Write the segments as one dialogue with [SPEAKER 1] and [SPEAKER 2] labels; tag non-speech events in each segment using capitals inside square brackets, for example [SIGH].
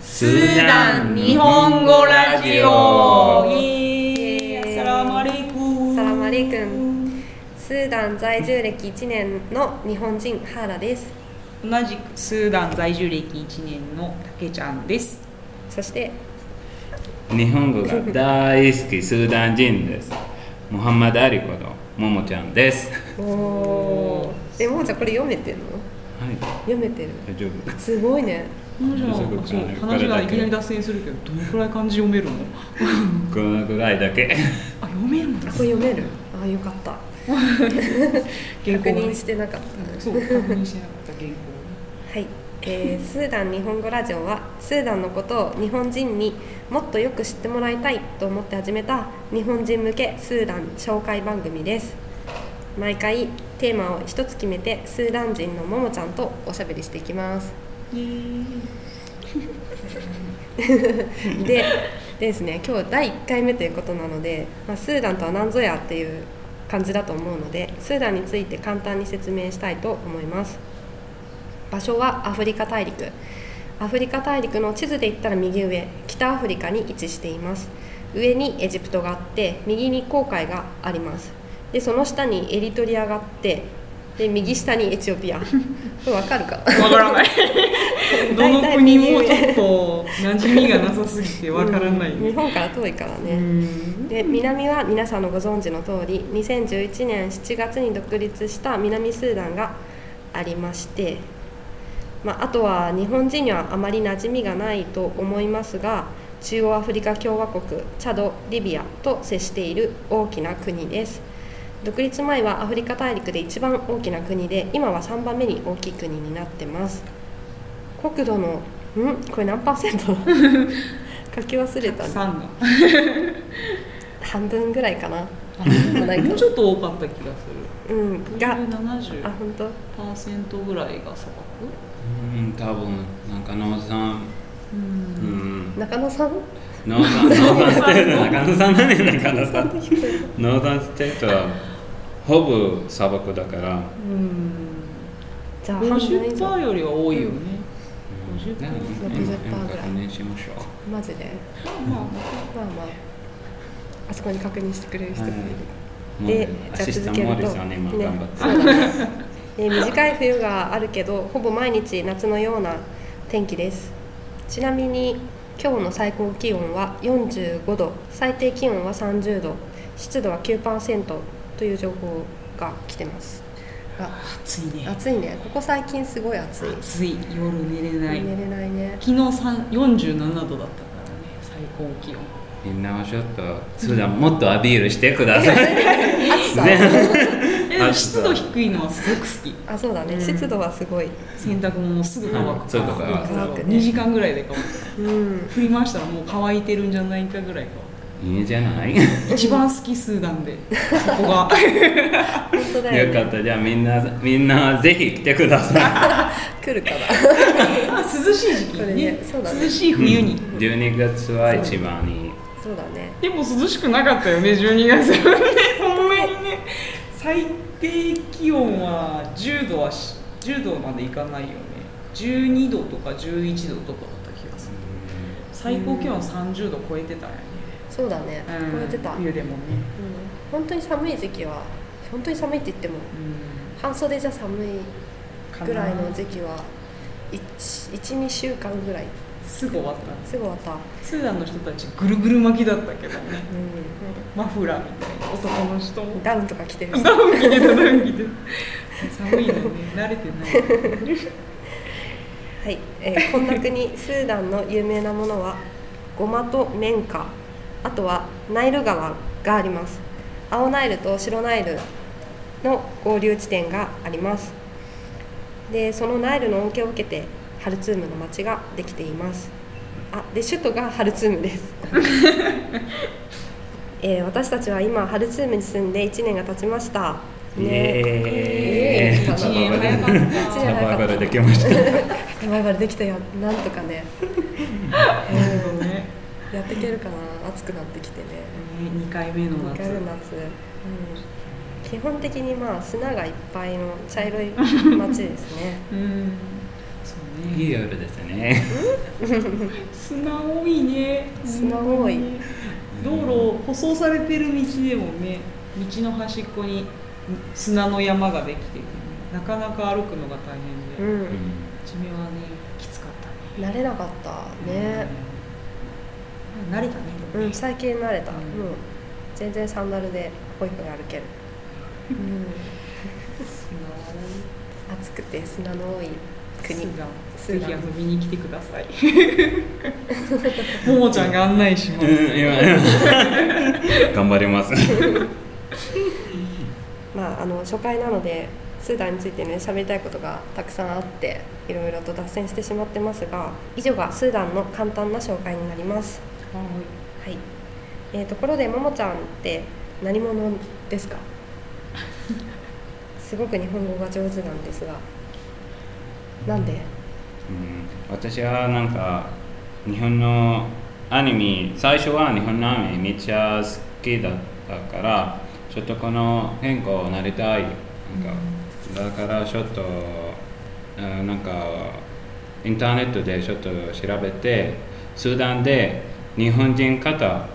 [SPEAKER 1] スーダン日本語ラジオ
[SPEAKER 2] イエーイサラマレイク
[SPEAKER 3] サラマレイ君スーダン在住歴1年の日本人ハーラです
[SPEAKER 2] 同じくスーダン在住歴1年のたけちゃんです
[SPEAKER 3] そして
[SPEAKER 1] 日本語が大好きスーダン人ですモハンマド・アリコのももちゃんです
[SPEAKER 3] おおえもうじゃんこれ読めてんの
[SPEAKER 1] はい
[SPEAKER 3] 読めてる
[SPEAKER 1] 大丈夫
[SPEAKER 3] すごいね
[SPEAKER 2] このじゃあ
[SPEAKER 1] そういうこと
[SPEAKER 2] そう
[SPEAKER 1] はい
[SPEAKER 2] 話がいきなり脱線するけどどのくらい漢字読めるの
[SPEAKER 1] このぐらいだけ
[SPEAKER 2] あ読めるんだ
[SPEAKER 3] あこれ読めるあよかった
[SPEAKER 2] 原
[SPEAKER 3] 確
[SPEAKER 2] 稿が
[SPEAKER 3] 認
[SPEAKER 2] ね
[SPEAKER 3] してなかっ
[SPEAKER 2] うん
[SPEAKER 3] た
[SPEAKER 2] そう確認してなかった原稿
[SPEAKER 3] はい、えー、スーダン日本語ラジオはスーダンのことを日本人にもっとよく知ってもらいたいと思って始めた日本人向けスーダン紹介番組です毎回テーマを一つ決めてスーダン人のももちゃんとおしゃべりしていきます
[SPEAKER 2] イエーイ
[SPEAKER 3] [LAUGHS] でですね今日第1回目ということなので、まあ、スーダンとは何ぞやっていう感じだと思うのでスーダンについて簡単に説明したいと思います場所はアフリカ大陸アフリカ大陸の地図で言ったら右上北アフリカに位置しています上にエジプトがあって右に紅海がありますでその下にエリトリアがあってで右下にエチオ
[SPEAKER 2] [LAUGHS]
[SPEAKER 3] ピアこれわかるかな
[SPEAKER 2] わからない [LAUGHS] どの国もちょっと馴染みがなさすぎてわからない
[SPEAKER 3] うん日本から遠いからね、
[SPEAKER 2] うん
[SPEAKER 3] で南は皆さんのご存知の通り2011年7月に独立した南スーダンがありまして、まあ、あとは日本人にはあまり馴染みがないと思いますが中央アフリカ共和国チャドリビアと接している大きな国です独立前はアフリカ大陸で一番大きな国で今は3番目に大きい国になってます国土のんこれ何パーセントだ書き忘れたね
[SPEAKER 2] 三が
[SPEAKER 3] 半分ぐらいかなないか
[SPEAKER 2] もうちょっと多かった気がする
[SPEAKER 3] うんがあ
[SPEAKER 2] 70%
[SPEAKER 3] 本当
[SPEAKER 2] ぐらいが砂漠
[SPEAKER 1] うん多分なんかノーさん
[SPEAKER 2] う
[SPEAKER 1] うんん
[SPEAKER 3] 中
[SPEAKER 1] [LAUGHS]
[SPEAKER 3] 野さん
[SPEAKER 1] ノーさんノーさんステート中野さん何中野さんノーザンステートはほぼ砂漠だから、
[SPEAKER 2] うん
[SPEAKER 3] じゃあ半分以上
[SPEAKER 2] 50%よりは多いよね、50%
[SPEAKER 1] ね
[SPEAKER 3] 60%
[SPEAKER 1] 今今
[SPEAKER 3] ぐらい
[SPEAKER 1] 確認しましょう
[SPEAKER 3] マジで
[SPEAKER 2] まあま
[SPEAKER 3] まあまああそこに確認してくれる人もいる、
[SPEAKER 1] モーリ
[SPEAKER 3] で
[SPEAKER 1] ーア
[SPEAKER 3] じゃあ
[SPEAKER 1] シスタ
[SPEAKER 3] 続
[SPEAKER 1] ン
[SPEAKER 3] け
[SPEAKER 1] ト
[SPEAKER 3] る
[SPEAKER 1] モ
[SPEAKER 3] と
[SPEAKER 1] ーリーさんね今頑張って、
[SPEAKER 3] そうだねで短い冬があるけどほぼ毎日夏のような天気ですちなみに今日の最高気温は45度最低気温は30度湿度は9%という情報が来てますあ
[SPEAKER 2] あ暑いね
[SPEAKER 3] 暑いねここ最近すごい暑い
[SPEAKER 2] 暑い夜寝れない、
[SPEAKER 3] 寝れないね
[SPEAKER 2] 昨日三47度だったからね最高気温
[SPEAKER 1] みんなはちょっと普段もっとアピールしてください
[SPEAKER 3] 暑さ
[SPEAKER 2] えでも湿度低いのはすごく好き
[SPEAKER 3] あそうだね、
[SPEAKER 2] うん
[SPEAKER 3] 湿度はすごい
[SPEAKER 2] 洗濯物もすぐ乾くから、
[SPEAKER 1] うんすぐ乾
[SPEAKER 3] く乾くね
[SPEAKER 2] 2時間ぐらいで乾く
[SPEAKER 3] うん
[SPEAKER 2] 振り回したらもう乾いてるんじゃないかぐらい
[SPEAKER 1] いいじゃない
[SPEAKER 2] 乾く一番好きスーダンでそこが
[SPEAKER 3] 本当だよ,、
[SPEAKER 1] よ
[SPEAKER 3] ね、
[SPEAKER 1] かったじゃあみんなみんなぜひ来てくださ
[SPEAKER 3] 来るから
[SPEAKER 2] 涼しい時期
[SPEAKER 3] これ
[SPEAKER 2] に、
[SPEAKER 3] ねそうだね
[SPEAKER 2] 涼しい
[SPEAKER 1] い
[SPEAKER 2] 冬に、
[SPEAKER 1] うん12月は一番いい
[SPEAKER 3] そうだね
[SPEAKER 2] でも涼しくなかったよね12月 [LAUGHS] はねそんなにね最低気温は10度はし10度までいかないよね12度とか11度とかだった気がする最高気温30度超えてたよね、
[SPEAKER 3] そうだね、
[SPEAKER 2] うん
[SPEAKER 3] 超えてた、うん、
[SPEAKER 2] 冬でもね、
[SPEAKER 3] 本当に寒い時期は本当に寒いって言っても
[SPEAKER 2] う
[SPEAKER 3] 半袖じゃ寒い
[SPEAKER 2] ん、かな
[SPEAKER 3] ぐらいの時期は12週間ぐらい
[SPEAKER 2] すぐ終わったんです
[SPEAKER 3] すぐ終わったうん
[SPEAKER 2] スーダンの人たちぐるぐる巻きだったけどねマフラーみたいな男の人も
[SPEAKER 3] ダウンとか着て
[SPEAKER 2] [LAUGHS]
[SPEAKER 3] るし
[SPEAKER 2] ダウン着てたダウン着てた寒いのね慣れてない
[SPEAKER 3] はい、えーこんな国スーダンの有名なものはゴマと綿花あとはナイル川があります青ナイルと白ナイルの合流地点がありますでそのナイルの恩恵を受けてハルツームの町ができていますあで首都がハルツームです [LAUGHS] えー私たちは今ハルツームに住んで1年が経ちました
[SPEAKER 1] イ
[SPEAKER 3] え
[SPEAKER 1] エーイ
[SPEAKER 2] 一年早かった
[SPEAKER 1] サバイバルできました
[SPEAKER 3] サバイバルできたよなんとかねうん
[SPEAKER 2] ね
[SPEAKER 3] やっていけるかな暑くなってきてね
[SPEAKER 2] 2回目の
[SPEAKER 3] 2
[SPEAKER 2] 夏
[SPEAKER 3] 回目の夏、うん、基本的にまあ砂がいっぱいの茶色い街ですね
[SPEAKER 2] うんそうね
[SPEAKER 1] [LAUGHS] いい夜ですね。
[SPEAKER 2] 素直いね
[SPEAKER 3] 素直い
[SPEAKER 2] 道路舗装されてる道でもね道の端っこに砂の山ができてて、ね、なかなか歩くのが大変で、
[SPEAKER 3] う
[SPEAKER 2] うん、
[SPEAKER 1] うんん
[SPEAKER 2] 初めはねきつかったね
[SPEAKER 3] 慣れなかったね、
[SPEAKER 2] うん慣れたね
[SPEAKER 3] う
[SPEAKER 2] で
[SPEAKER 3] ん
[SPEAKER 2] もね
[SPEAKER 3] 最近
[SPEAKER 2] うん
[SPEAKER 3] 慣れた、もう全然サンダルで保育が歩ける、うん、
[SPEAKER 2] 素直
[SPEAKER 3] 暑くて砂の多い国
[SPEAKER 2] い
[SPEAKER 3] ス
[SPEAKER 2] ス
[SPEAKER 3] ー
[SPEAKER 2] ダ
[SPEAKER 3] ダ
[SPEAKER 2] ン
[SPEAKER 3] ン
[SPEAKER 2] ぜひ遊びに来てください [LAUGHS] ももちゃんが案内します、
[SPEAKER 1] うん、今 [LAUGHS] 頑張ります。
[SPEAKER 3] まあ、あの初回なのでスーダンについてね喋りたいことがたくさんあっていろいろと脱線してしまってますが以上がスーダンの簡単な紹介になります、はいえーところでももちゃんって何者ですかすごく日本語が上手なんですがなんで
[SPEAKER 1] うん私はなんか日本のアニメ最初は日本のアニメめっちゃ好きだったからちょっとこの変更を慣れたいなんか、だからちょっとあなんかインターネットでちょっと調べてスーダンで日本人方あ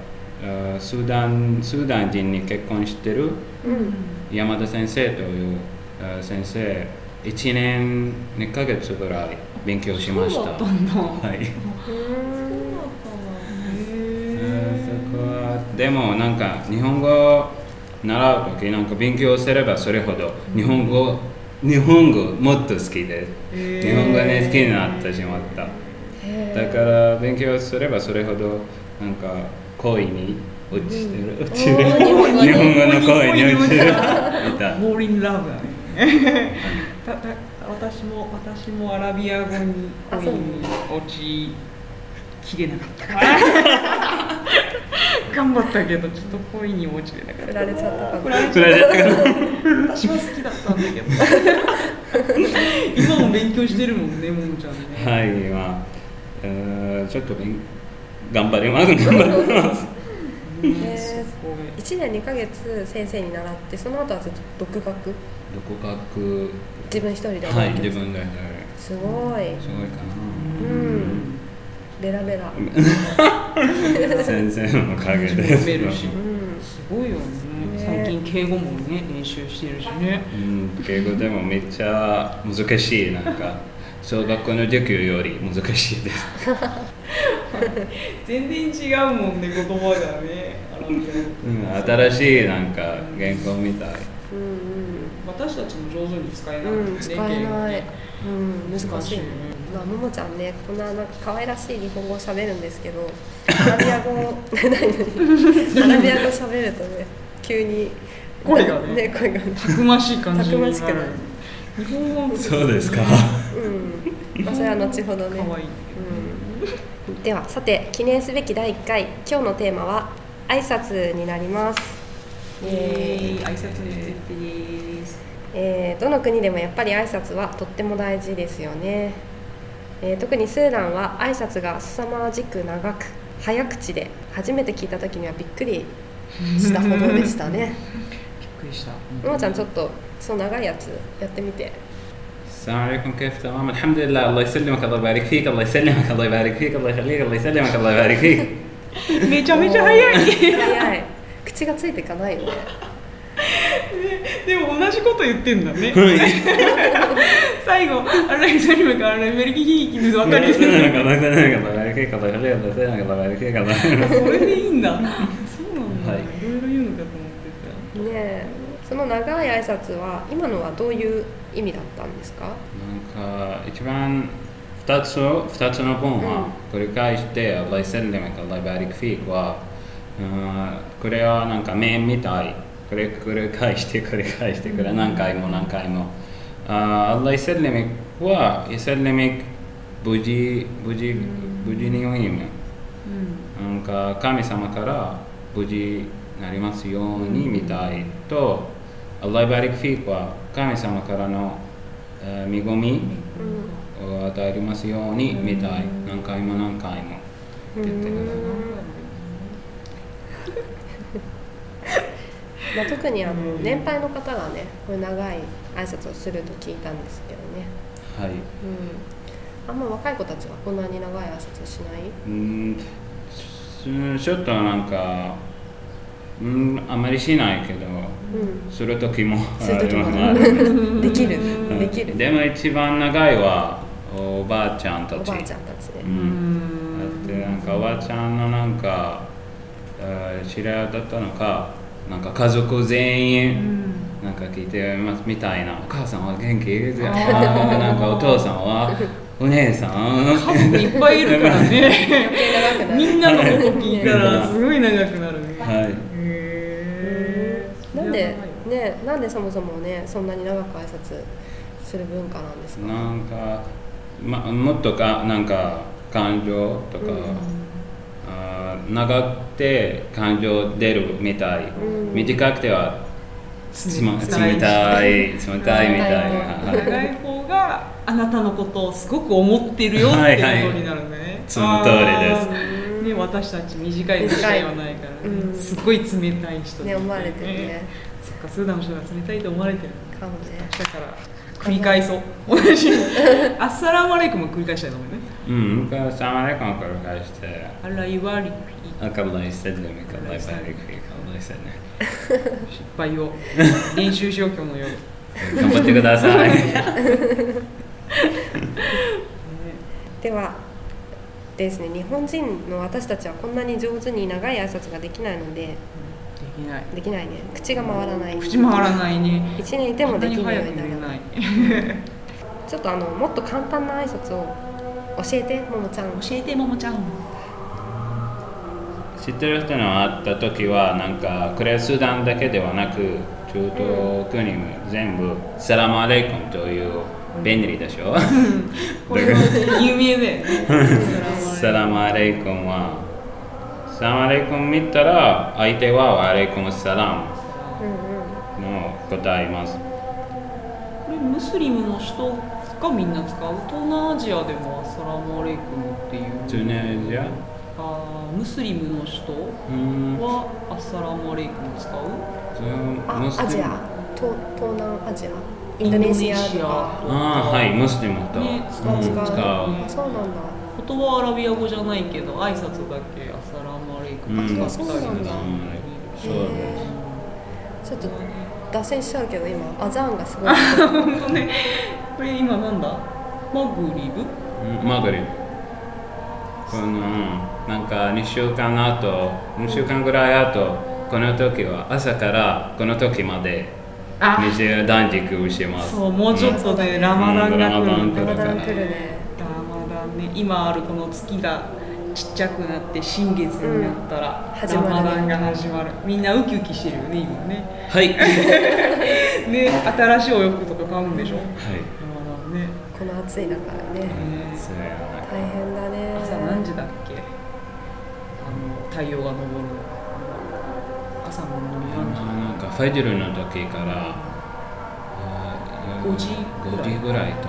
[SPEAKER 1] スーダンスーダン人に結婚してる
[SPEAKER 3] うん
[SPEAKER 1] 山田先生というあ先生1年2ヶ月ぐらい勉強しまし
[SPEAKER 2] そうだ
[SPEAKER 1] た
[SPEAKER 2] ったんだ、
[SPEAKER 1] はい、
[SPEAKER 3] うん
[SPEAKER 1] うんそこはでもなんか日本語習う時なんか勉強すればそれほど日本語日本語もっと好きです、
[SPEAKER 2] へー
[SPEAKER 1] 日本語ね好きになってしまった
[SPEAKER 3] へ
[SPEAKER 1] だから勉強すればそれほどなんか恋に落ちてる落ちる
[SPEAKER 3] おー日本語
[SPEAKER 1] 日
[SPEAKER 3] に
[SPEAKER 1] 本語の恋に落ちる
[SPEAKER 2] 恋に
[SPEAKER 1] いた
[SPEAKER 2] モーリンラブだねたた私も私もアラビア語に
[SPEAKER 3] あ
[SPEAKER 2] 恋
[SPEAKER 3] そう
[SPEAKER 2] に落ちきれなかったから頑張ったけどちょっと恋に落ちれなかった
[SPEAKER 3] 振られちゃったかな
[SPEAKER 2] 振られ
[SPEAKER 1] 振
[SPEAKER 2] ちゃ
[SPEAKER 1] ら
[SPEAKER 2] っ
[SPEAKER 1] れたから
[SPEAKER 2] た私は好きだったんだけど今も勉強してるもんねももちゃんね、
[SPEAKER 1] はい、まあ、えーちょっと勉頑張ります、頑張ります。
[SPEAKER 2] うん
[SPEAKER 3] へー
[SPEAKER 2] すごい
[SPEAKER 3] 1年2ヶ月先生に習ってその後はずっと独学
[SPEAKER 1] どこかく、
[SPEAKER 3] 自分一人で覚
[SPEAKER 1] は
[SPEAKER 3] え
[SPEAKER 1] い、
[SPEAKER 3] て
[SPEAKER 1] 自
[SPEAKER 3] る
[SPEAKER 1] 分で、
[SPEAKER 3] すごい
[SPEAKER 1] すごいか
[SPEAKER 3] うんベラベラ
[SPEAKER 1] な。先生のおかげで
[SPEAKER 2] 読
[SPEAKER 1] す。
[SPEAKER 2] めるし
[SPEAKER 3] うん
[SPEAKER 2] すごいよね
[SPEAKER 3] ね
[SPEAKER 2] 最近敬語もね練習してるしね
[SPEAKER 1] うん、敬語でもめっちゃ難しい、なんか、小学校の授業より難しいです。
[SPEAKER 2] 全然違うもんね言葉がねアラビ
[SPEAKER 1] う
[SPEAKER 2] ア語
[SPEAKER 1] ん、新しいなんか言語みたい。
[SPEAKER 3] うん
[SPEAKER 2] 私たちも上手に使えな
[SPEAKER 3] う
[SPEAKER 2] い
[SPEAKER 3] ん、うん、
[SPEAKER 2] [LAUGHS]
[SPEAKER 3] 使えない、うん、難
[SPEAKER 2] 難
[SPEAKER 3] し
[SPEAKER 2] し
[SPEAKER 3] い
[SPEAKER 2] い
[SPEAKER 3] ね
[SPEAKER 2] ね、
[SPEAKER 3] まあ、ももちゃんねこんななんか可愛らしい日本語を喋るんですけどアラビア語 [LAUGHS] 何アラビア語喋るとね急に
[SPEAKER 2] 声がね
[SPEAKER 3] 声がね
[SPEAKER 2] たくましい感じになる
[SPEAKER 3] たくましくなる
[SPEAKER 2] 日本語も
[SPEAKER 1] そうですか。
[SPEAKER 3] うんまあそれは後ほどね
[SPEAKER 2] 可愛い
[SPEAKER 3] うん、ではさて記念すべき第1回今日のテーマは挨拶になります
[SPEAKER 2] イエーイ挨拶についてです
[SPEAKER 3] えーどの国でもやっぱり挨拶はとっても大事ですよね、えー特にスーダンは挨拶が凄まじく長く早口で初めて聞いた時にはびっくりしたほどでし
[SPEAKER 2] [LAUGHS]
[SPEAKER 3] たね
[SPEAKER 2] びっくりした
[SPEAKER 3] ももちゃんちょっとその長いやつやってみて
[SPEAKER 1] السلام عليكم كيف تمام الحمد لله الله يسلمك الله يبارك فيك الله يسلمك الله يبارك فيك الله يخليك الله يسلمك الله يبارك فيك
[SPEAKER 2] めちゃめちゃ早い
[SPEAKER 3] 早い口がついていかないよね
[SPEAKER 2] でも同じこと言ってんだね最後あれ何何かあれメルキヒーキで分かりやすい
[SPEAKER 1] [LAUGHS] [LAUGHS] はい
[SPEAKER 2] それでいいんだそうなんだ、い、ろいろ言うのかと思ってた
[SPEAKER 3] [LAUGHS] ねえその長い挨拶は今のはどういう意味だったんですか
[SPEAKER 1] なんか一番二つ二つの文は繰り返して、Allah يسلمك Allah يبارك فيك は、うんこれはなんか面みたい。これ繰り返して繰り返してこれ何回も何回も。あ Allah يسلمك は يسلمك 無事無事無事に良い意味。なんか神様から無事になりますようにみたいと、Allah barik fik は神様からのえー恵みを与えますようにみたい、何回も何回も言ってください。
[SPEAKER 3] まあ、特にあの年配の方がねこういう長い挨拶をすると聞いたんですけどね、
[SPEAKER 1] はい。
[SPEAKER 3] うん、あんま若い子たちはこんなに長い挨拶しないう
[SPEAKER 1] ーんすちょっとなんかうんあまりしないけど
[SPEAKER 3] う
[SPEAKER 1] する時も
[SPEAKER 3] んする時も
[SPEAKER 1] あ
[SPEAKER 3] あ
[SPEAKER 1] る
[SPEAKER 3] る [LAUGHS] できるできる
[SPEAKER 1] でも一番長いはおばあちゃんた
[SPEAKER 3] お
[SPEAKER 1] ち
[SPEAKER 3] ばあちゃんたちで
[SPEAKER 1] う、んだってなんかおばあちゃんのなんかあー知り合いだったのかなんか家族全員なんか聞いてますみたいなお母さんは元気で
[SPEAKER 2] あ
[SPEAKER 1] あ
[SPEAKER 2] ー
[SPEAKER 1] ーなんかお父さんはお姉さん
[SPEAKER 2] 数いっぱいいるからね
[SPEAKER 1] [LAUGHS]
[SPEAKER 3] 長くな
[SPEAKER 2] み
[SPEAKER 3] る
[SPEAKER 2] んなのこと聞いたらすごい長くなるね
[SPEAKER 1] はい
[SPEAKER 2] へー
[SPEAKER 3] なんでねなんでそもそもねそんなに長く挨拶する文化なんですか
[SPEAKER 1] なんか、ま、もっとかなんか感情とか、あー長くて感情出るみたい、
[SPEAKER 3] ん
[SPEAKER 1] 短くてはつま
[SPEAKER 2] つまり
[SPEAKER 1] 冷たい冷たいみたいな
[SPEAKER 3] 冷た
[SPEAKER 1] は
[SPEAKER 3] い
[SPEAKER 1] い
[SPEAKER 2] 長い方があなたのことをすごく思ってるよっていうことになるんだね、
[SPEAKER 1] その通り
[SPEAKER 2] りですね私たち短い時代はないからね、
[SPEAKER 3] うん
[SPEAKER 2] すごい冷たい人
[SPEAKER 3] ね思われてるね
[SPEAKER 2] そっかスーダンの人が冷たいと思われてる
[SPEAKER 3] かもね
[SPEAKER 2] だから繰り返そう [LAUGHS] 同じアッサラマレイクも繰り返したいと思うね
[SPEAKER 1] うん、僕サマレコンを繰り返して
[SPEAKER 2] アライワリピ
[SPEAKER 1] 赤ライステルミカライバリクリカライステル
[SPEAKER 2] 失敗を練習しよう今日の夜
[SPEAKER 1] 頑張ってください
[SPEAKER 3] ではですね日本人の私たちはこんなに上手に長い挨拶ができないので
[SPEAKER 2] できない
[SPEAKER 3] できないね口が回らない
[SPEAKER 2] 口回らないね
[SPEAKER 3] 一年いて
[SPEAKER 2] こ
[SPEAKER 3] も
[SPEAKER 2] ん
[SPEAKER 3] で
[SPEAKER 2] な
[SPEAKER 3] き
[SPEAKER 2] に
[SPEAKER 3] る
[SPEAKER 2] 早
[SPEAKER 3] よう
[SPEAKER 2] く
[SPEAKER 3] にな
[SPEAKER 2] 寝れ
[SPEAKER 3] る
[SPEAKER 2] ない
[SPEAKER 3] ちょっとあのもっと簡単な挨拶を教えてももちゃん
[SPEAKER 2] 教えてももちゃん
[SPEAKER 1] [LAUGHS] 知ってる人の会った時はなんかこれはスーダンだけではなく中東国も全部サラマレイコンという便利でしょ、
[SPEAKER 2] これは有名だよね
[SPEAKER 1] [LAUGHS]
[SPEAKER 3] [LAUGHS]
[SPEAKER 1] サラマレイコンはサラマレイコン見たら相手はワレイコンサラム
[SPEAKER 3] う
[SPEAKER 1] の答えます
[SPEAKER 2] これムスリムの人がみんな使う東南アジアでもアッサラムアレイクムって
[SPEAKER 1] チ
[SPEAKER 2] いう
[SPEAKER 1] ュネジア
[SPEAKER 2] あームスリムの人
[SPEAKER 1] うん
[SPEAKER 2] はアッサラムアレイクム使う
[SPEAKER 3] んうんあアジア東東南アジアインドネシアとか
[SPEAKER 1] ああはいムスリムと、
[SPEAKER 2] ね
[SPEAKER 1] うん
[SPEAKER 2] 使う
[SPEAKER 1] 使う
[SPEAKER 2] 使
[SPEAKER 3] そうなんだ
[SPEAKER 2] 言葉はアラビア語じゃないけど挨拶だけアッサラムアレイクム
[SPEAKER 1] うん
[SPEAKER 2] 使ったり
[SPEAKER 3] そうなんだ
[SPEAKER 1] そうです
[SPEAKER 3] ちょっと脱線しちゃうけど今アザーンがすごい
[SPEAKER 2] 本当ねこれ今なんだマグリブ
[SPEAKER 1] うんマグリブこのなんか2週間後2週間ぐらい後この時は朝からこの時まで20断食します
[SPEAKER 2] そうもうちょっとで、ラマダンが来るんだ
[SPEAKER 1] う
[SPEAKER 3] ラ
[SPEAKER 1] ん
[SPEAKER 3] マダン来るね
[SPEAKER 2] ラマダンね今あるこの月がちっちゃくなって新月になった
[SPEAKER 3] うん
[SPEAKER 2] ら、
[SPEAKER 3] 始
[SPEAKER 2] ラ
[SPEAKER 3] まるね
[SPEAKER 2] マダンが始まるみんなウキウキしてるよね今
[SPEAKER 3] [LAUGHS]
[SPEAKER 2] ね
[SPEAKER 1] はい
[SPEAKER 2] [LAUGHS]
[SPEAKER 1] はい
[SPEAKER 2] ね新しいお洋服とか買うんでしょラマダンね
[SPEAKER 3] この暑い中ね
[SPEAKER 2] ね
[SPEAKER 1] そうやな
[SPEAKER 3] 大変だね
[SPEAKER 2] 朝何時だっけあの太陽が昇る朝の何時
[SPEAKER 1] なんかファジルの時からあー
[SPEAKER 2] 5時
[SPEAKER 1] 5時ぐらいと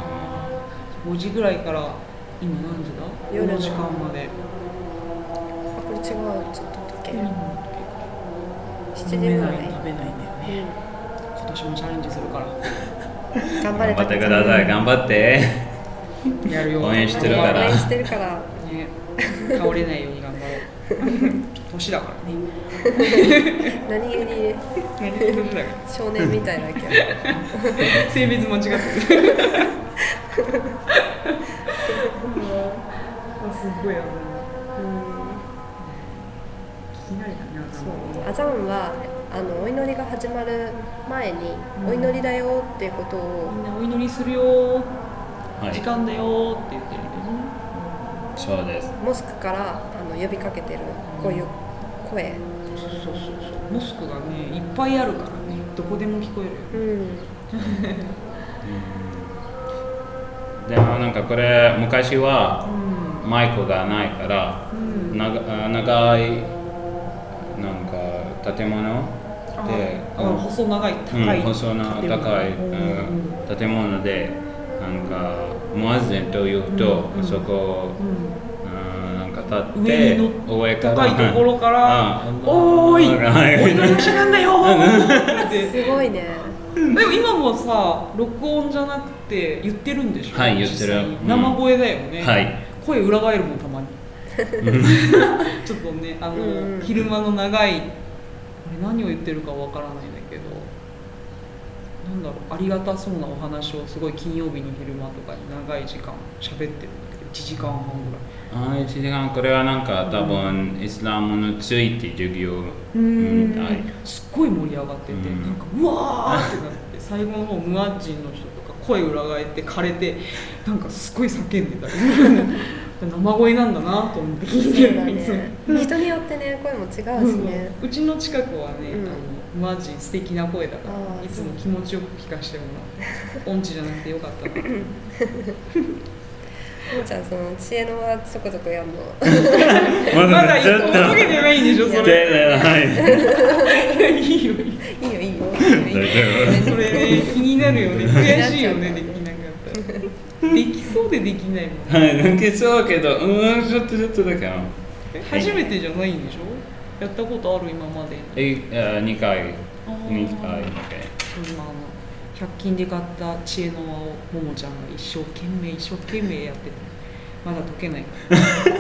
[SPEAKER 1] 思
[SPEAKER 2] 5時ぐらいから今何時だ
[SPEAKER 3] 夜の
[SPEAKER 2] この時間まで、
[SPEAKER 3] あこれ違うちょっと時計7時
[SPEAKER 2] 食
[SPEAKER 3] ぐ
[SPEAKER 2] べ
[SPEAKER 3] ら
[SPEAKER 2] ない
[SPEAKER 3] い
[SPEAKER 2] 食べないんだよね今年もチャレンジする
[SPEAKER 3] [LAUGHS]
[SPEAKER 2] から
[SPEAKER 3] うん頑張
[SPEAKER 1] う
[SPEAKER 3] れ
[SPEAKER 1] 頑張
[SPEAKER 3] た
[SPEAKER 1] ってくだ
[SPEAKER 3] [LAUGHS]
[SPEAKER 1] さい頑張って
[SPEAKER 2] やるよ
[SPEAKER 1] 応援してるから
[SPEAKER 3] 応援してるから
[SPEAKER 2] ね倒れないように頑張ろ [LAUGHS] う年だからね
[SPEAKER 3] 何気に
[SPEAKER 2] 年だか
[SPEAKER 3] 少年みたいな気
[SPEAKER 2] [LAUGHS]
[SPEAKER 3] が
[SPEAKER 2] ら性別間違ってるすごいあの
[SPEAKER 3] うん
[SPEAKER 2] 気になるかな
[SPEAKER 3] そうアザンはあのお祈りが始まる前に、
[SPEAKER 2] うん
[SPEAKER 3] お祈りだよっていうことを
[SPEAKER 2] みんなお祈りするよ、
[SPEAKER 1] はい
[SPEAKER 2] [LAUGHS] 時間だよって言ってるん
[SPEAKER 1] そう
[SPEAKER 2] だよね
[SPEAKER 1] です
[SPEAKER 3] モスクからあの呼びかけてるこういう声、
[SPEAKER 2] そうそうそうそうモスクがねいっぱいあるからねどこでも聞こえるよ
[SPEAKER 3] うん、
[SPEAKER 1] でもなんかこれ昔は
[SPEAKER 2] うん
[SPEAKER 1] マイクがないから
[SPEAKER 2] うん
[SPEAKER 1] 長あ長いなんか建物で、
[SPEAKER 2] あの細長い高い、
[SPEAKER 1] うん、細な
[SPEAKER 2] 建物
[SPEAKER 1] 高い、
[SPEAKER 2] うん
[SPEAKER 1] うん、建物でなんかモアゼンというと、
[SPEAKER 2] うん
[SPEAKER 1] そこ、
[SPEAKER 2] う
[SPEAKER 1] うん、なんか立っ
[SPEAKER 2] 上
[SPEAKER 1] て
[SPEAKER 2] に乗
[SPEAKER 1] 上から
[SPEAKER 2] 高いところから
[SPEAKER 1] うん
[SPEAKER 2] おーい
[SPEAKER 1] はい
[SPEAKER 2] ん、お祈りしなんだよーって
[SPEAKER 3] すごいね
[SPEAKER 2] うんでも今もさ録音じゃなくて言ってるんでしょ
[SPEAKER 1] はい言ってる
[SPEAKER 2] 実際に
[SPEAKER 1] うん
[SPEAKER 2] 生声だよね、
[SPEAKER 1] はい
[SPEAKER 2] 声裏返るもんたまに [LAUGHS] ちょっとねあの、
[SPEAKER 3] うん
[SPEAKER 2] 昼間の長いあれ何を言ってるかわからないんだけどなんだろうありがたそうなお話をすごい金曜日の昼間とかに長い時間喋ってるんだけど1時間半ぐらい
[SPEAKER 1] あ1時間これはなんか多分イスラムについて授業みたい
[SPEAKER 2] すっごい盛り上がってて、
[SPEAKER 1] うん
[SPEAKER 2] なんかうわーってなって最後の方ムアッジンの人とか声裏返って枯れてなんかすごい叫んでたり生声なんだなと思って聞いて
[SPEAKER 3] そう
[SPEAKER 2] る
[SPEAKER 3] だ
[SPEAKER 2] いつも
[SPEAKER 3] ね人によってね声も違うしね、
[SPEAKER 2] うんうちの近くはね、
[SPEAKER 3] うん
[SPEAKER 2] あのマジ素敵な声だか
[SPEAKER 3] あ
[SPEAKER 2] ら
[SPEAKER 3] ー
[SPEAKER 2] いつも気持ちよく聞かせてもらって
[SPEAKER 3] [LAUGHS]
[SPEAKER 2] 音痴じゃなくてよかったな
[SPEAKER 3] ももちゃんその知恵の輪ちょこちょこやんの [LAUGHS]
[SPEAKER 1] ま
[SPEAKER 2] [LAUGHS] まだ一個も解けてないんでし
[SPEAKER 1] [LAUGHS]
[SPEAKER 2] ょそれ
[SPEAKER 1] はい
[SPEAKER 2] いいよいいよ
[SPEAKER 3] いいよいいよいいよいいよ
[SPEAKER 2] [LAUGHS]
[SPEAKER 3] [LAUGHS]
[SPEAKER 2] それね気になるよね悔しいよね
[SPEAKER 3] 気
[SPEAKER 2] でき
[SPEAKER 3] に
[SPEAKER 2] なかったらできそうでできないもん
[SPEAKER 1] はい抜けそうけどうーんちょっとちょっとだけど
[SPEAKER 2] え初めてじゃないんでしょやったことある今まで
[SPEAKER 1] えあ2回
[SPEAKER 2] あー
[SPEAKER 1] 2回だけ
[SPEAKER 2] そんなあの100均で買った知恵の輪をももちゃんが一生懸命一生懸命やっててまだ解けない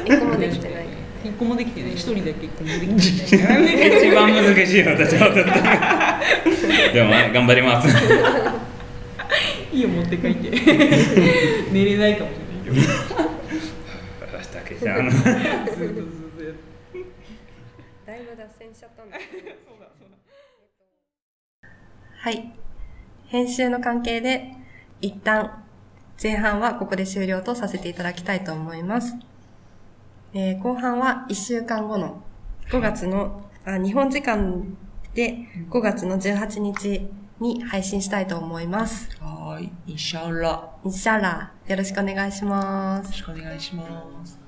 [SPEAKER 3] 一個もできてない
[SPEAKER 2] 一個もできてない一人だけ一個もできてない
[SPEAKER 3] [LAUGHS]
[SPEAKER 1] 一番難しい私はだったでも頑張ります
[SPEAKER 2] いいよ持って帰って
[SPEAKER 3] [LAUGHS]
[SPEAKER 2] 寝れないかもしれない
[SPEAKER 1] だけじゃん
[SPEAKER 2] けどずっとずっとやって
[SPEAKER 3] だいぶ脱線しちゃ [LAUGHS] ったん
[SPEAKER 2] そう
[SPEAKER 3] だ
[SPEAKER 2] だそうだ
[SPEAKER 3] はい。編集の関係で、一旦、前半はここで終了とさせていただきたいと思います。えー後半は1週間後の5月の、あ、日本時間で5月の18日に配信したいと思います。
[SPEAKER 2] はーいインシャーラよ
[SPEAKER 3] インシャーラー、よろしくお願いします。
[SPEAKER 2] ろしくお願いします